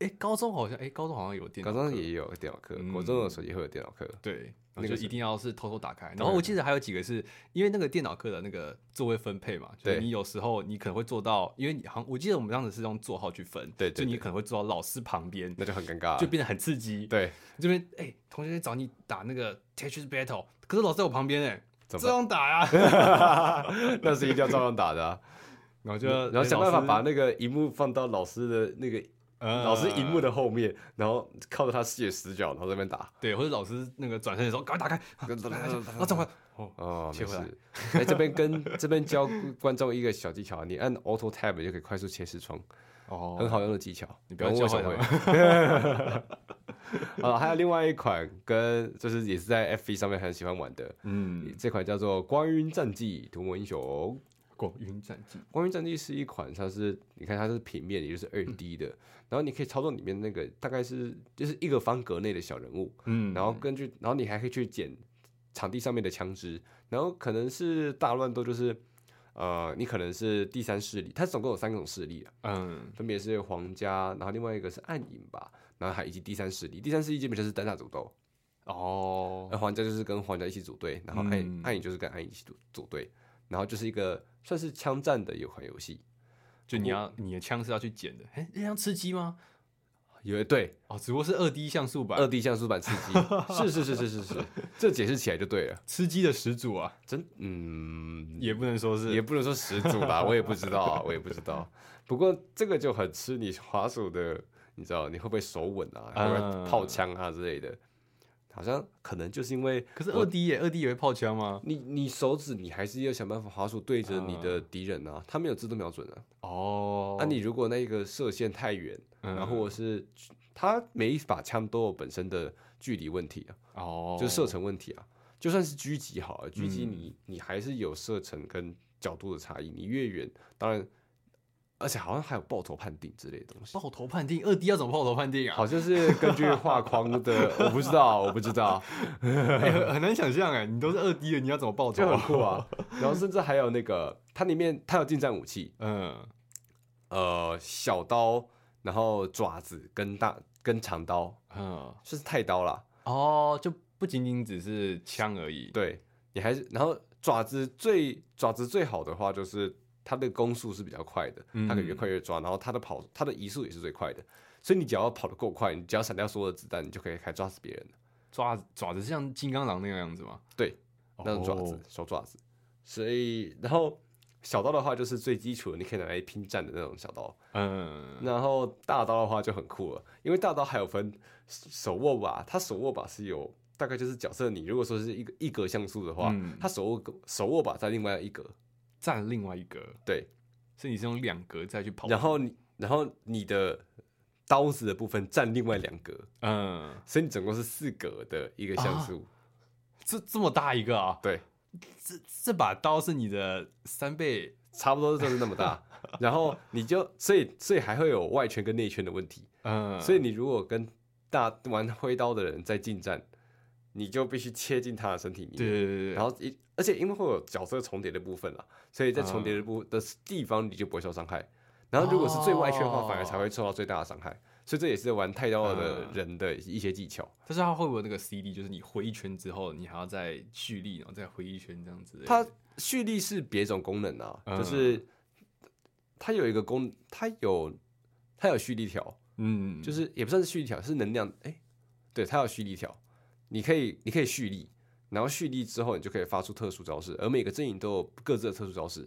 哎、高中好像哎、高中好像有电脑高课，嗯中也有电脑课，国中的时候也会有电脑课。对，然那后就个一是定要是偷偷打开。然后我记得还有几个是因为那个电脑课的那个座位分配嘛，就是对你有时候你可能会坐到，因为你好像我记得我们当时是用座号去分，对对就你对可能会坐到老师旁边，那就很尴尬、就变得很刺激。 对，这边哎、同学找你打那个 Tetris Battle，可是老师在我旁边哎、怎么这样打呀、 那是一定要照样打的啊、 然后就然然后想办法把那个荧幕放到老师的那个嗯老师荧幕的的后面，然后靠着他视野死角，然后在那边打。对，或者老师那个转身的时候，赶快 打开，啊来来来啊，这么快哦，哦，切没回来 事。哎，这边跟这边教观众一个小技巧啊，你按 Auto Tab 就可以快速切视窗，哦很好用的技巧。你不要问教为什坏么他会。 啊，还有另外一款跟就是也是在 FB 上面很喜欢玩的，嗯，这款叫做《光晕战记：图谋英雄》。广云战记，光晕战地是一款，它是你看它是平面，也就是二 D 嗯的，然后你可以操作里面那个大概是就是一个方格内的小人物，嗯然后根据然后你还可以去捡场地上面的枪支，然后可能是大乱斗，就是呃你可能是第三势力，它总共有三种势力啊，嗯分别是皇家，然后另外一个是暗影吧，然后还以及第三势力，第三势力基本就是单打独斗，哦而皇家就是跟皇家一起组队，然后暗、嗯暗影就是跟暗影一起组组队，然后就是一个算是枪战的一款游戏。就你要你的枪是要去捡的，哎、那样吃鸡吗？有对哦，只不过是二 D 像素版，二 D 像素版吃鸡， 是是是是是是，这解释起来就对了。吃鸡的始祖啊，真嗯，也不能说是，也不能说始祖吧，我也不知道啊，我也不知道。不过这个就很吃你滑鼠的，你知道你会不会手稳啊，会不嗯会套枪啊之类的。好像可能就是因为可是我二 D 耶，二 D 也会泡枪吗？你你手指你还是要想办法滑鼠对着你的敌人啊，他没有自动瞄准啊。嗯哦，那、你如果那个射线太远，嗯然后我是他每一把枪都有本身的距离问题啊。哦，就射程问题啊。就算是狙击好了，狙击你、你还是有射程跟角度的差异，你越远，当然，而且好像还有报仇判定之类的东西，爆头判定，二 D 要怎么爆头判定啊？好像是根据画框的，我不知道，我不知道，哎很很难想象哎，你都是二 D 的，你要怎么爆头就啊？很酷啊。然后甚至还有那个，它里面它有近战武器， 嗯，呃，小刀，然后爪子跟大跟长刀，嗯，就是太刀啦。哦，就不仅仅只是枪而已。对你还是，然后爪子最爪子最好的话就是它的攻速是比较快的，它可以越嗯快越抓，然后它的跑它的移速也是最快的，所以你只要跑得够快，你只要闪掉所有的子弹，你就可以开始抓死别人了。爪子爪子是像金刚狼那个样子吗？对，那种爪子、哦手爪子，所以然后小刀的话就是最基础的，你可以拿来拼战的那种小刀。嗯，然后大刀的话就很酷了，因为大刀还有分手握把，它手握把是有大概就是假设你如果说是一个一格像素的话，嗯它手握手握把在另外一格，占另外一格，对，所以你是用两格再去跑。然后你然后你的刀子的部分占另外两格，嗯，所以你总共是四格的一个像素，这这么大一个啊，对，这这把刀是你的三倍。差不多就是那么 大。然后你就所以所以还会有外圈跟内圈的问题，嗯，所以你如果跟大玩挥刀的人在近战，你就必须切进他的身体里面。对对对对，然后一，而且因为会有角色重叠的部分啦，啊所以在重啊叠的部的地方你就不会受伤害。然后如果是最外圈的哦话，反而才会受到最大的伤害。所以这也是玩太刀的嗯人的一些技巧。但是它会不会有那个 CD，就是你挥一圈之后，你还要再蓄力，然后再挥一圈这样子？它蓄力是别种功能啊，嗯就是它有一个功，它有它有蓄力条，嗯，就是是也不算是蓄力条，是能量。哎、对，它有蓄力条，你可以你可以蓄力，然后蓄力之后你就可以发出特殊招式，而每个阵营都有各自的特殊招式。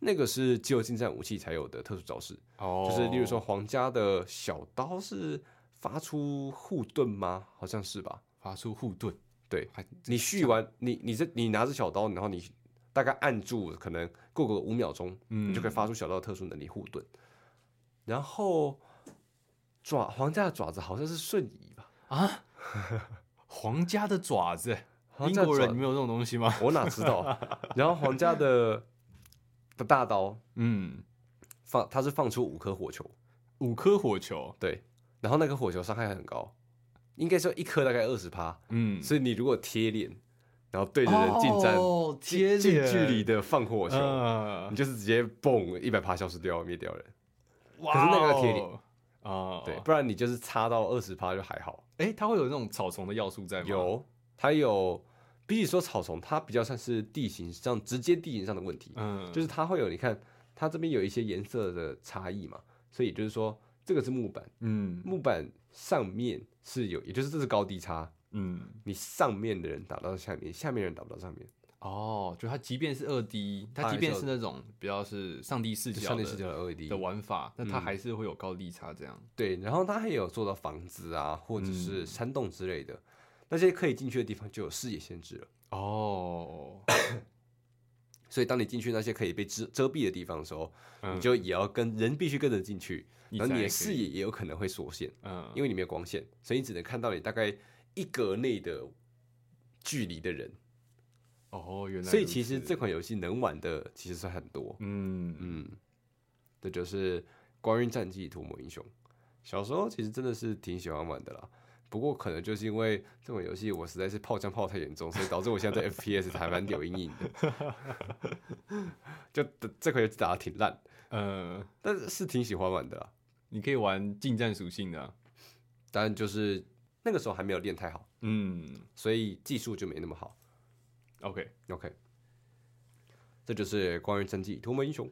那个是只有近战武器才有的特殊招式，哦，就是例如说皇家的小刀是发出护盾吗？好像是吧。发出护盾，对还你蓄完，你你这你拿着小刀，然后你大概按住，可能过个五秒钟，嗯你就可以发出小刀的特殊能力护盾。然后爪皇家的爪子好像是瞬移吧？啊，皇家的爪子，皇英家的国人爪你没有这种东西吗？我哪知道？啊 然后皇家的的大刀嗯，放，它是放出五颗火球，五颗火球，对，然后那个火球伤害很高，应该说一颗大概二十趴，嗯，所以你如果贴脸，然后对着人近战，哦，贴近近距离的的放火球。呃你，就是直接蹦一百趴消失掉，灭掉人。哇可是那个哦铁链哦，对，不然你就是插到二十趴就还好。哎，它会有那种草丛的要素在吗？，有，它有，比起说草丛，它比较像是地形上直接地形上的问题，嗯，就是是它会有，你看它这边有一些颜色的差异嘛，所以就是说这个是木板，嗯木板上面是有，也就是这是高低差，嗯，你上面的人打到下面，下面人打不到上面，哦，就它即便是二 D，它它还是即便有是那种比较是上帝视就角上的面是叫 LED 的玩法，那它嗯还是会有高低差这样。对，然后它还有做到房子啊，或者是嗯山洞之类的，那些可以进去的地方就有视野限制了。哦，所以当你进去那些可以被遮遮蔽的地方的时候，嗯你就也要跟人必须跟着进去，你然后你才的可视以野也有可能会缩限，嗯，因为你没有光线，所以你只能看到你大概一格内的距离的人。哦，原来如此，所以其实这款游戏能玩的其实算很多，嗯嗯嗯，这就是《光晕战记：图魔英雄》。小时候其实真的是挺喜欢玩的啦，不过可能就是因为这款游戏我实在是泡枪泡太严重，所以导致我现在对 FPS 还蛮有阴影的。就这款游戏打的挺烂，呃，但是是挺喜欢玩的啦。你可以玩近战属性的啊，当然就是那个时候还没有练太好，嗯所以技术就没那么好。 ，OK， OK，这就是《光晕战记：图魔英雄》。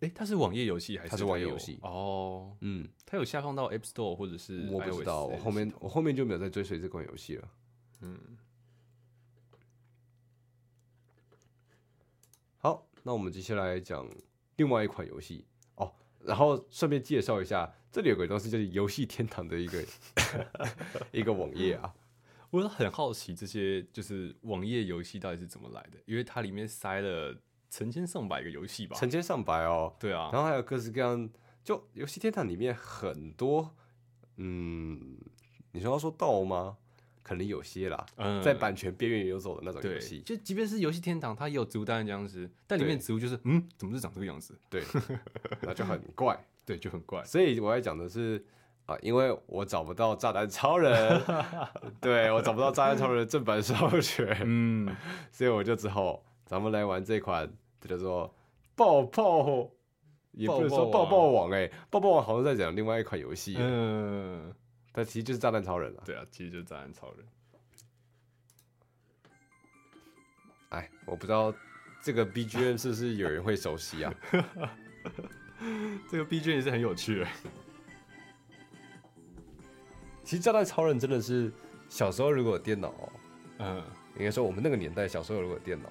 哎，它是网页游戏还是它是网页有游戏哦？嗯，它有下放到 App Store 或者是我不知 iOS 道，我后面我后面就没有再追随这款游戏了。嗯，好，那我们接下来讲另外一款游戏哦，然后顺便介绍一下，这里有个东西就是游戏天堂的一个 一个网页啊。我很好奇这些就是网页游戏到底是怎么来的，因为它里面塞了成千上百个游戏吧？成千上百哦，对啊然，后还有各式各样，就游戏天堂里面很多，嗯，你说要说道吗？可能有些啦，嗯在版权边缘游走的那种游对，戏。就即便是游戏天堂，它也有植物大战僵尸，但里面对植物就是嗯，怎么是长这个样子？对，那就很怪。对，就很怪。所以我要讲的是啊、因为我找不到炸弹超 人，对我找不到炸弹超人的正版授权，嗯，所以我就只好咱们来玩这款，这叫做爆爆。也不能说爆爆爆爆网哎、爆爆网好像在讲另外一款游戏，嗯，但其实就是炸弹超人了。对啊，其实就是炸弹超人。哎，我不知道这个 BGM 是不是有人会熟悉啊？这个 BG 也是很有趣的。 其实炸弹超人真的是小时候如果有电脑哦、嗯，应该说我们那个年代小时候如果有电脑，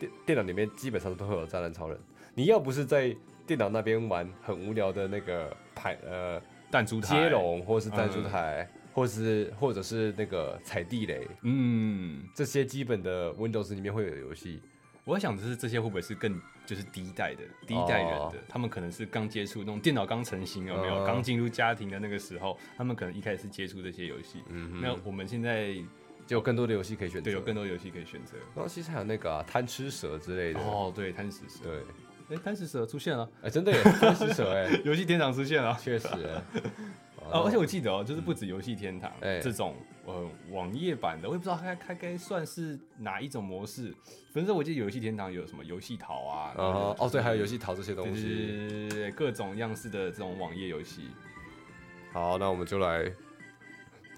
电电脑里面基本上都会有炸弹超人。你要不是在电脑那边玩很无聊的那个排呃弹珠台接，龙，或是弹珠台，或是或者是那个踩地雷嗯，这些基本的 Windows 里面会有游戏，我在想的是这些会不会是更就是第一代的第一代人的，哦他们可能是刚接触那种电脑刚成型有没有？嗯刚进入家庭的那个时候，他们可能一开始是接触这些游戏。嗯那我们现在就有更多的游戏可以选择。对有更多游戏可以选择。然后其实还有那个啊贪吃蛇之类的，哦，对，贪食蛇，对，哎，贪食蛇出现了，哎、真的耶，贪吃蛇哎、 游戏天堂出现了。确实哎、 哦，而且我记得哦，就是不止游戏天堂、哎这种呃网页版的，我也不知道它它该算是哪一种模式。反正我记得游戏天堂有什么游戏淘啊，然后哦哦对，还有游戏淘这些就东西。是各种样式的这种网页游戏。好，那我们就来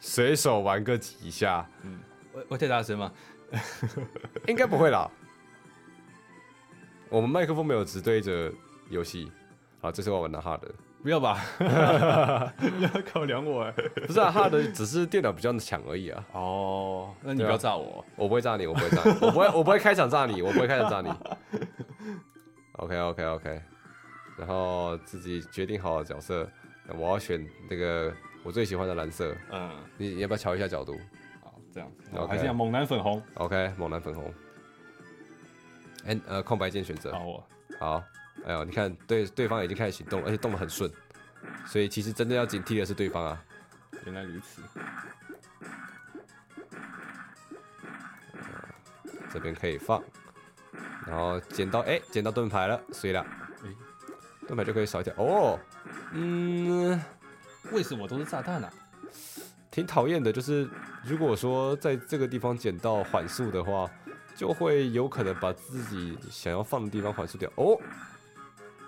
随手玩个几下，我我太大声吗？应该不会啦。我们麦克风没有直对着游戏，好，这是我玩的 hard，不要吧，你要考量我哎。不是啊 hard，只是电脑比较强而已啊。哦，那你对啊不要炸我。我不会炸你，我不会炸你，我不会，我不会开场炸你，我不会开场炸你。OK OK OK，然后自己决定好角色，那我要选那个我最喜欢的蓝色，嗯，你你要不要瞧一下角度？好，这样子， OK 还是要猛男粉红。 OK，猛男粉红。哎、呃，空白键选择。好，我好，哎呦，你看，对，对方已经开始行动了，而且动得很顺，所以其实真正要警惕的是对方啊。原来如此。这边可以放，然后捡到，哎、捡到盾牌了，碎了，盾牌就可以少一点。哦，嗯，为什么都是炸弹啊？挺讨厌的，就是如果说在这个地方捡到缓速的话，就会有可能把自己想要放的地方缓速掉。哦，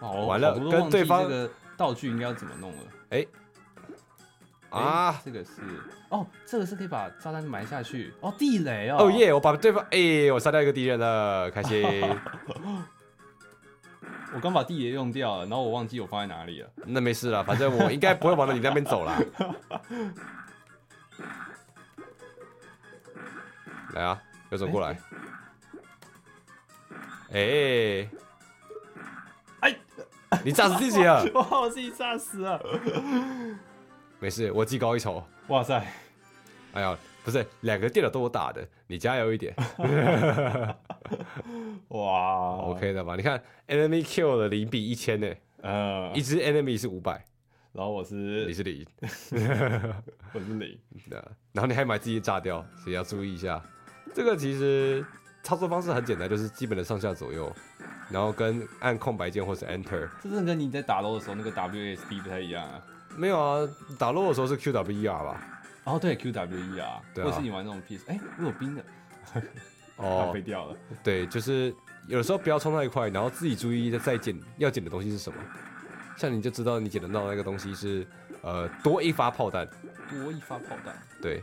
哦，完了我都跟忘对记方这个道具应该要怎么弄了。啊诶，哎这个是哦，这个是可以把炸弹埋下去哦，地雷哦，哦耶！我把对方哎、我杀掉一个敌人了，开心。我刚把地雷用掉了，然后我忘记我放在哪里了。 那没事啦，反正我应该不会往到你那边走啦。来啊，右手过来。哎、哎，！你炸死自己了 哇，我自己炸死了！没事，我技高一筹。哇塞，哎呀，不是，两个电脑都我打的，你加油一点。哇 OK 的吧？你看 enemy kill 的零比一千呢，呃一，只 enemy 是五百，然后我你是是零。我是零，对啊，然后你还把自己炸掉，所以要注意一下。这个其实操作方式很简单，就是基本的上下左右，然后跟按空白键或是 Enter。这是跟你在打楼的时候那个 WSD 不太一样啊。没有啊，打落的时候是 QWER 吧？哦，对，QWE 啊，对啊或是你玩那种 PS，哎，我有冰的，它哦飞，掉了。对，就是有的时候不要冲太快，然后自己注意再捡要捡的东西是什么。像你就知道你捡得到那个东西是呃多一发炮弹，多一发炮弹，对。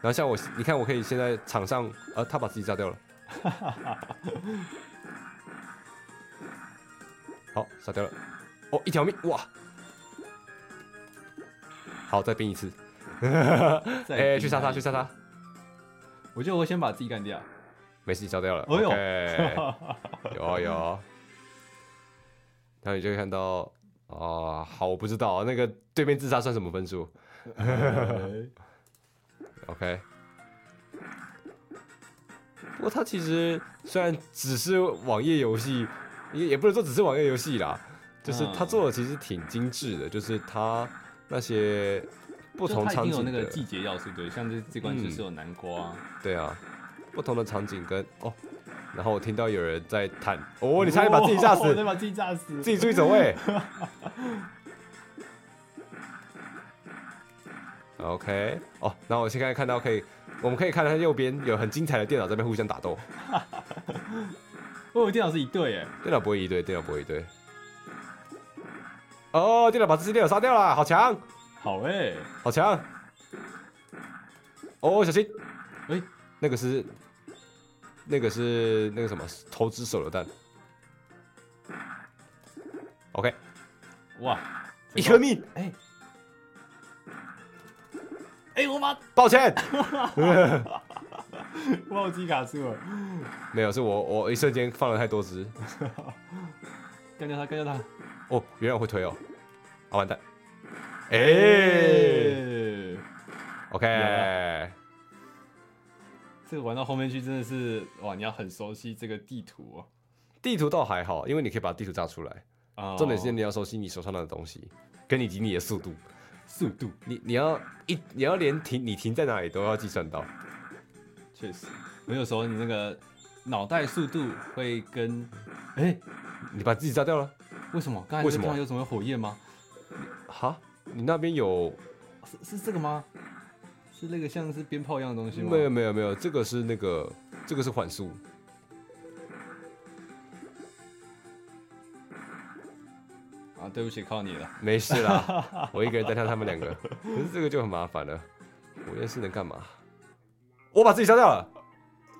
然后像我，你看我可以现在场上，呃，他把自己炸 掉了，好，杀掉了，哦，一条命，哇，好，再冰一次，再哎、冰去杀它他，一去次杀他，，我觉得我先把自己干掉。没事，你杀掉了，哎 o k 有啊有 啊，然后你就会看到，哦，好，我不知道那个对面自杀算什么分数， 哎 OK。不过它其实虽然只是网页游戏，也也不能说只是网页游戏啦，就是它嗯做的其实挺精致的，就是它那些不同它场一定有景那个的嗯季节要素，对，像这这关就是有南瓜啊、对啊，不同的场景跟哦，然后我听到有人在弹，哦，你差点把自己吓我死得，把自己炸死。自己注意走位。OK，哦，那我现在看到可以，我们可以看到右边有很精彩的电脑在那边互相打斗，我有电脑是一对哎，电脑不会一对，电脑不会一对。哦，电脑把这只电脑杀掉了，好强，好哎，好强！哦，小心！哎那个是，那个是那个什么投掷手榴弹。OK，哇，一颗命，哎哎，我把抱歉，我把我自己卡住了，没有，是我我一瞬间放了太多只。干掉他，干掉他！哦，原来我会推哦，啊完蛋！哎、o 有 k 这个玩到后面去真的是哇，你要很熟悉这个地图地图倒还好，因为你可以把地图炸出来。哦。重点是你要熟悉你手上的东西，跟你及你的速度。速度，你你要一你要连停你停在哪里都要计算到。确实，我有时候你那个脑袋速度会跟哎、你把自己炸掉了？为什么？刚才为那什个么地方有什么火焰吗？哈？你那边有？是是这个吗？是那个像是鞭炮一样的东西吗？没有没有没有，这个是那个，这个是缓速。啊，对不起，靠你了。没事啦，我一个人单挑他们两个，可是这个就很麻烦了。火焰是能干嘛？我把自己杀掉了，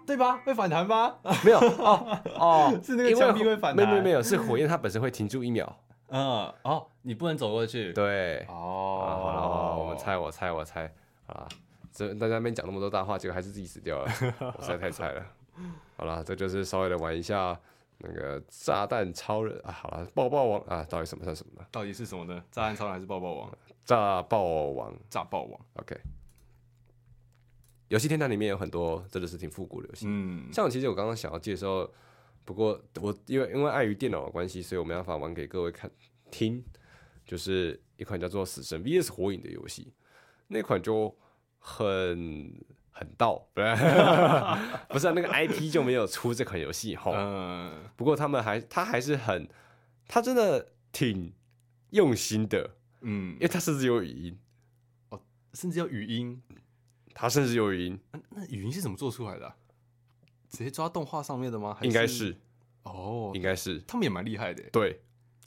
对吧？会反弹吧？没有哦哦，是那个因为墙壁会反没弹没没有，是火焰它本身会停住一秒。嗯，哦，你不能走过去。，对，哦，啊好了好了，我们猜我猜我猜啊，这大家那边讲那么多大话，结果还是自己死掉了，我实在太菜了。好了，这就是稍微的玩一下那个炸弹超人啊，好了，爆爆王啊，到底什么算什么呢？到底是什么呢？炸弹超人还是爆爆王？炸爆王炸爆王。 ，OK。游戏天堂里面有很多真的是挺复古的游戏，嗯，像其实我刚刚想要介绍，不过我因为因为碍于电脑的关系，所以我没办法玩给各位看听，就是一款叫做《死神 VS 火影》的游戏，那款就很很道， 不是不是啊、那 个 IP 就没有出这款游戏哈。嗯，不过他们还他还是很，他真的挺用心的，嗯因，为他甚至有语音，甚至要语音。他甚至有语音，啊那语音是怎么做出来的啊、直接抓动画上面的吗？还应该是哦，应该是他们也蛮厉害的欸耶。对，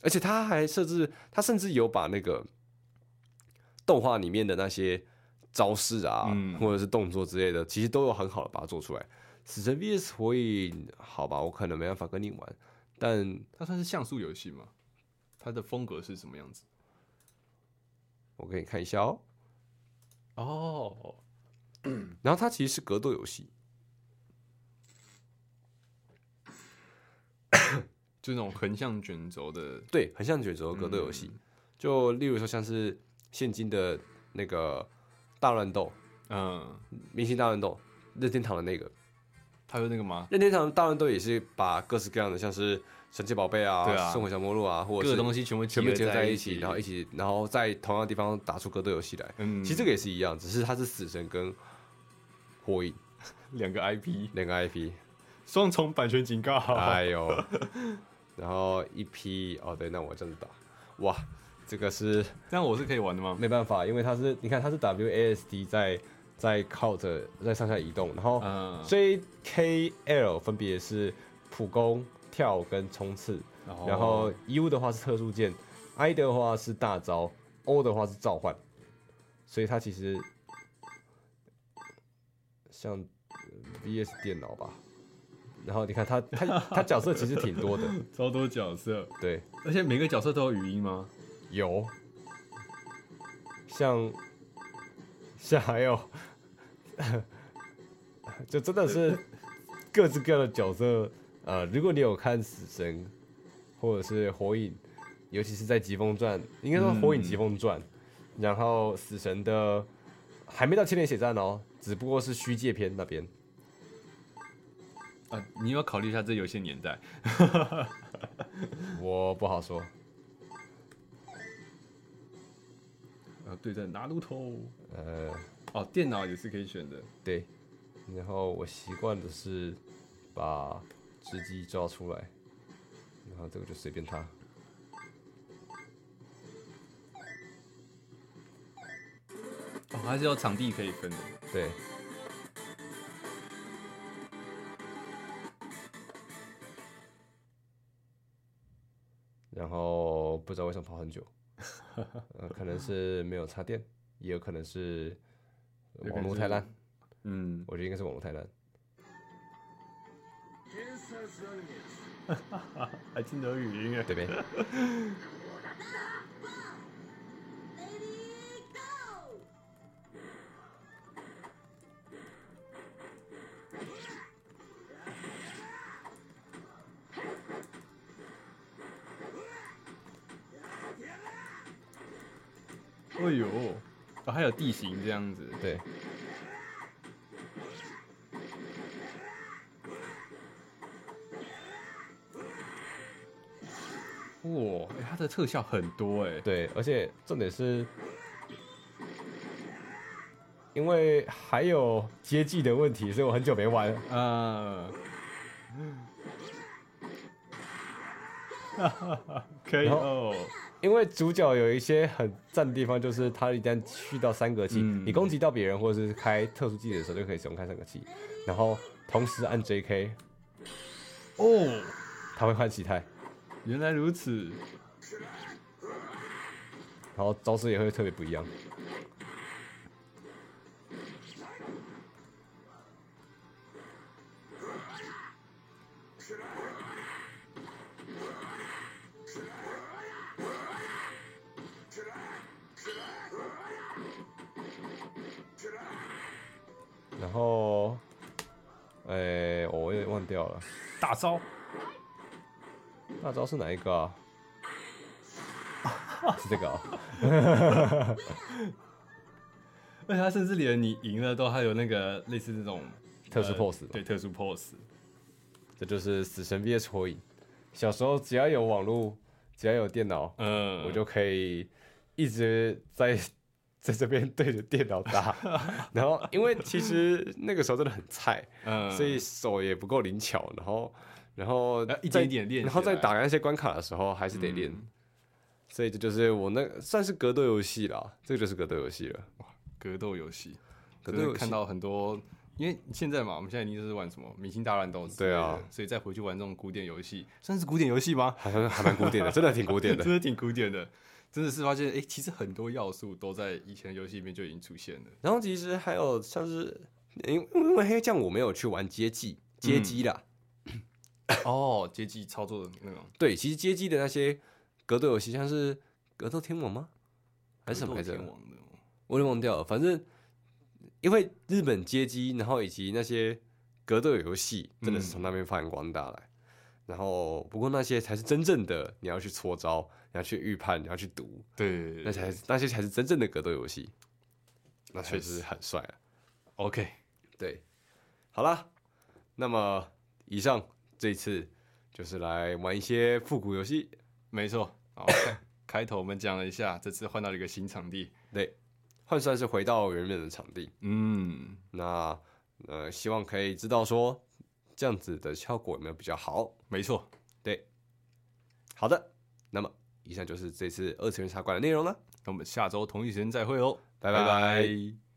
而且他还设置，他甚至有把那个动画里面的那些招式啊，嗯或者是动作之类的，其实都有很好的把它做出来。死神 VS 火影，好吧，我可能没办法跟你玩，但它算是像素游戏吗？它的风格是什么样子？我给你看一下哦。哦，然后它其实是格斗游戏，就那种横向卷轴的对，很像卷轴格斗游戏。就例如说像是现今的那个大乱斗、嗯，明星大乱斗、任天堂的那个，它有那个吗？任天堂大乱斗也是把各式各样的，像是神奇宝贝啊、对啊圣火降魔录啊，或各者是个东西全部全部结结合合在一一起，然后一起，然后在同样的地方打出格斗游戏来。嗯，其实这个也是一样，只是它是死神跟火影两个 IP 两个 IP。 双重版权警告。哎呦，然后一批哦，对，那我这样子打，哇，这个是 这样我是可以玩的吗？没办法，因为它是你看它是 WASD 在在靠着在上下移动，然后嗯， JKL 分别是普攻、跳跟冲刺。哦然后 U 的话是特殊键，I 的话是大招，O 的话是召唤，所以它其实像呃 VS 电脑吧。然后你看它它它角色其实挺多的，超多角色，对，而且每个角色都有语音吗？有像像还有，就真的是各式各样的角色。呃，如果你有看《死神》或者是《火影》，尤其是在《疾风传》，应该说《火影嗯疾风传》然后《死神》的还没到千年血战哦，只不过是虚界篇那边。啊，你要考虑一下这游戏年代。我不好说。然后呃对战拿路头，呃，哦，电脑也是可以选的。对，然后我习惯的是把只鸡抓出来，然后这个就随便它。哦，它是有场地可以分的。对，然后不知道为什么跑很久，呃，可能是没有插电，也有可能是有可能网络是太烂，嗯，我觉得应该是网络太烂。还听得语音哎。对呗。哎呦，哦，还有地形这样子。对，哇、哎它的特效很多哎。对，而且重点是，因为还有接技的问题，所以我很久没玩了。啊，哈哈哈可以然后哦，因为主角有一些很赞的地方，就是他一旦去到三格器，嗯你攻击到别人或者是开特殊技的时候，就可以使用开三格器，然后同时按 JK，哦，他会换形态，原来如此，然后招式也会特别不一样。然后，哎、我也忘掉了，大招，那招是哪一个啊？是这个啊、而且他甚至连你赢了都还有那个类似那种特殊呃 pose 吧对，特殊 pose，这就是死神 VS 火影。小时候只要有网络，只要有电脑，嗯，我就可以一直在在这边对着电脑 打。然后，因为其实那个时候真的很菜，嗯，呃所以手也不够灵巧。然后，然后呃一在点一点练起来，然后在打那些关卡的时候还是得嗯练。所以这就是我那算是格斗游戏啦，这个就是格斗游戏了。格斗游戏，格可斗游戏是看到很多。因为现在嘛，我们现在一定是玩什么明星大乱斗之类对的，啊所以再回去玩这种古典游戏，算是古典游戏吗？好像还蛮古典的，真的挺古 典的真。的挺古典的。真的是发现，哎、其实很多要素都在以前的游戏里面就已经出现了。然后其实还有像是，因为因为黑酱我没有去玩街机，街机嗯啦，哦，街机操作的那种，对，其实街机的那些格斗游戏，像是格斗天王吗？还是什么来格斗着？天王的哦，我有点忘掉了。反正因为日本街机，然后以及那些格斗游戏，真的是从那边发扬光大来。然后不过那些才是真正的，你要去搓招，你要去预判，你要去读，对，那才是那些才是真正的格斗游戏，那才确实是很帅啊。 OK。对，好啦，那么以上这次就是来玩一些复古游戏。没错，好，开 开头我们讲了一下，这次换到了一个新场地，对，换算是回到原本的场地。嗯，那呃，希望可以知道说这样子的效果有没有比较好。没错，对，好的，那么以上就是这次二次元茶馆的内容了，那我们下周同一时间再会哦，拜拜拜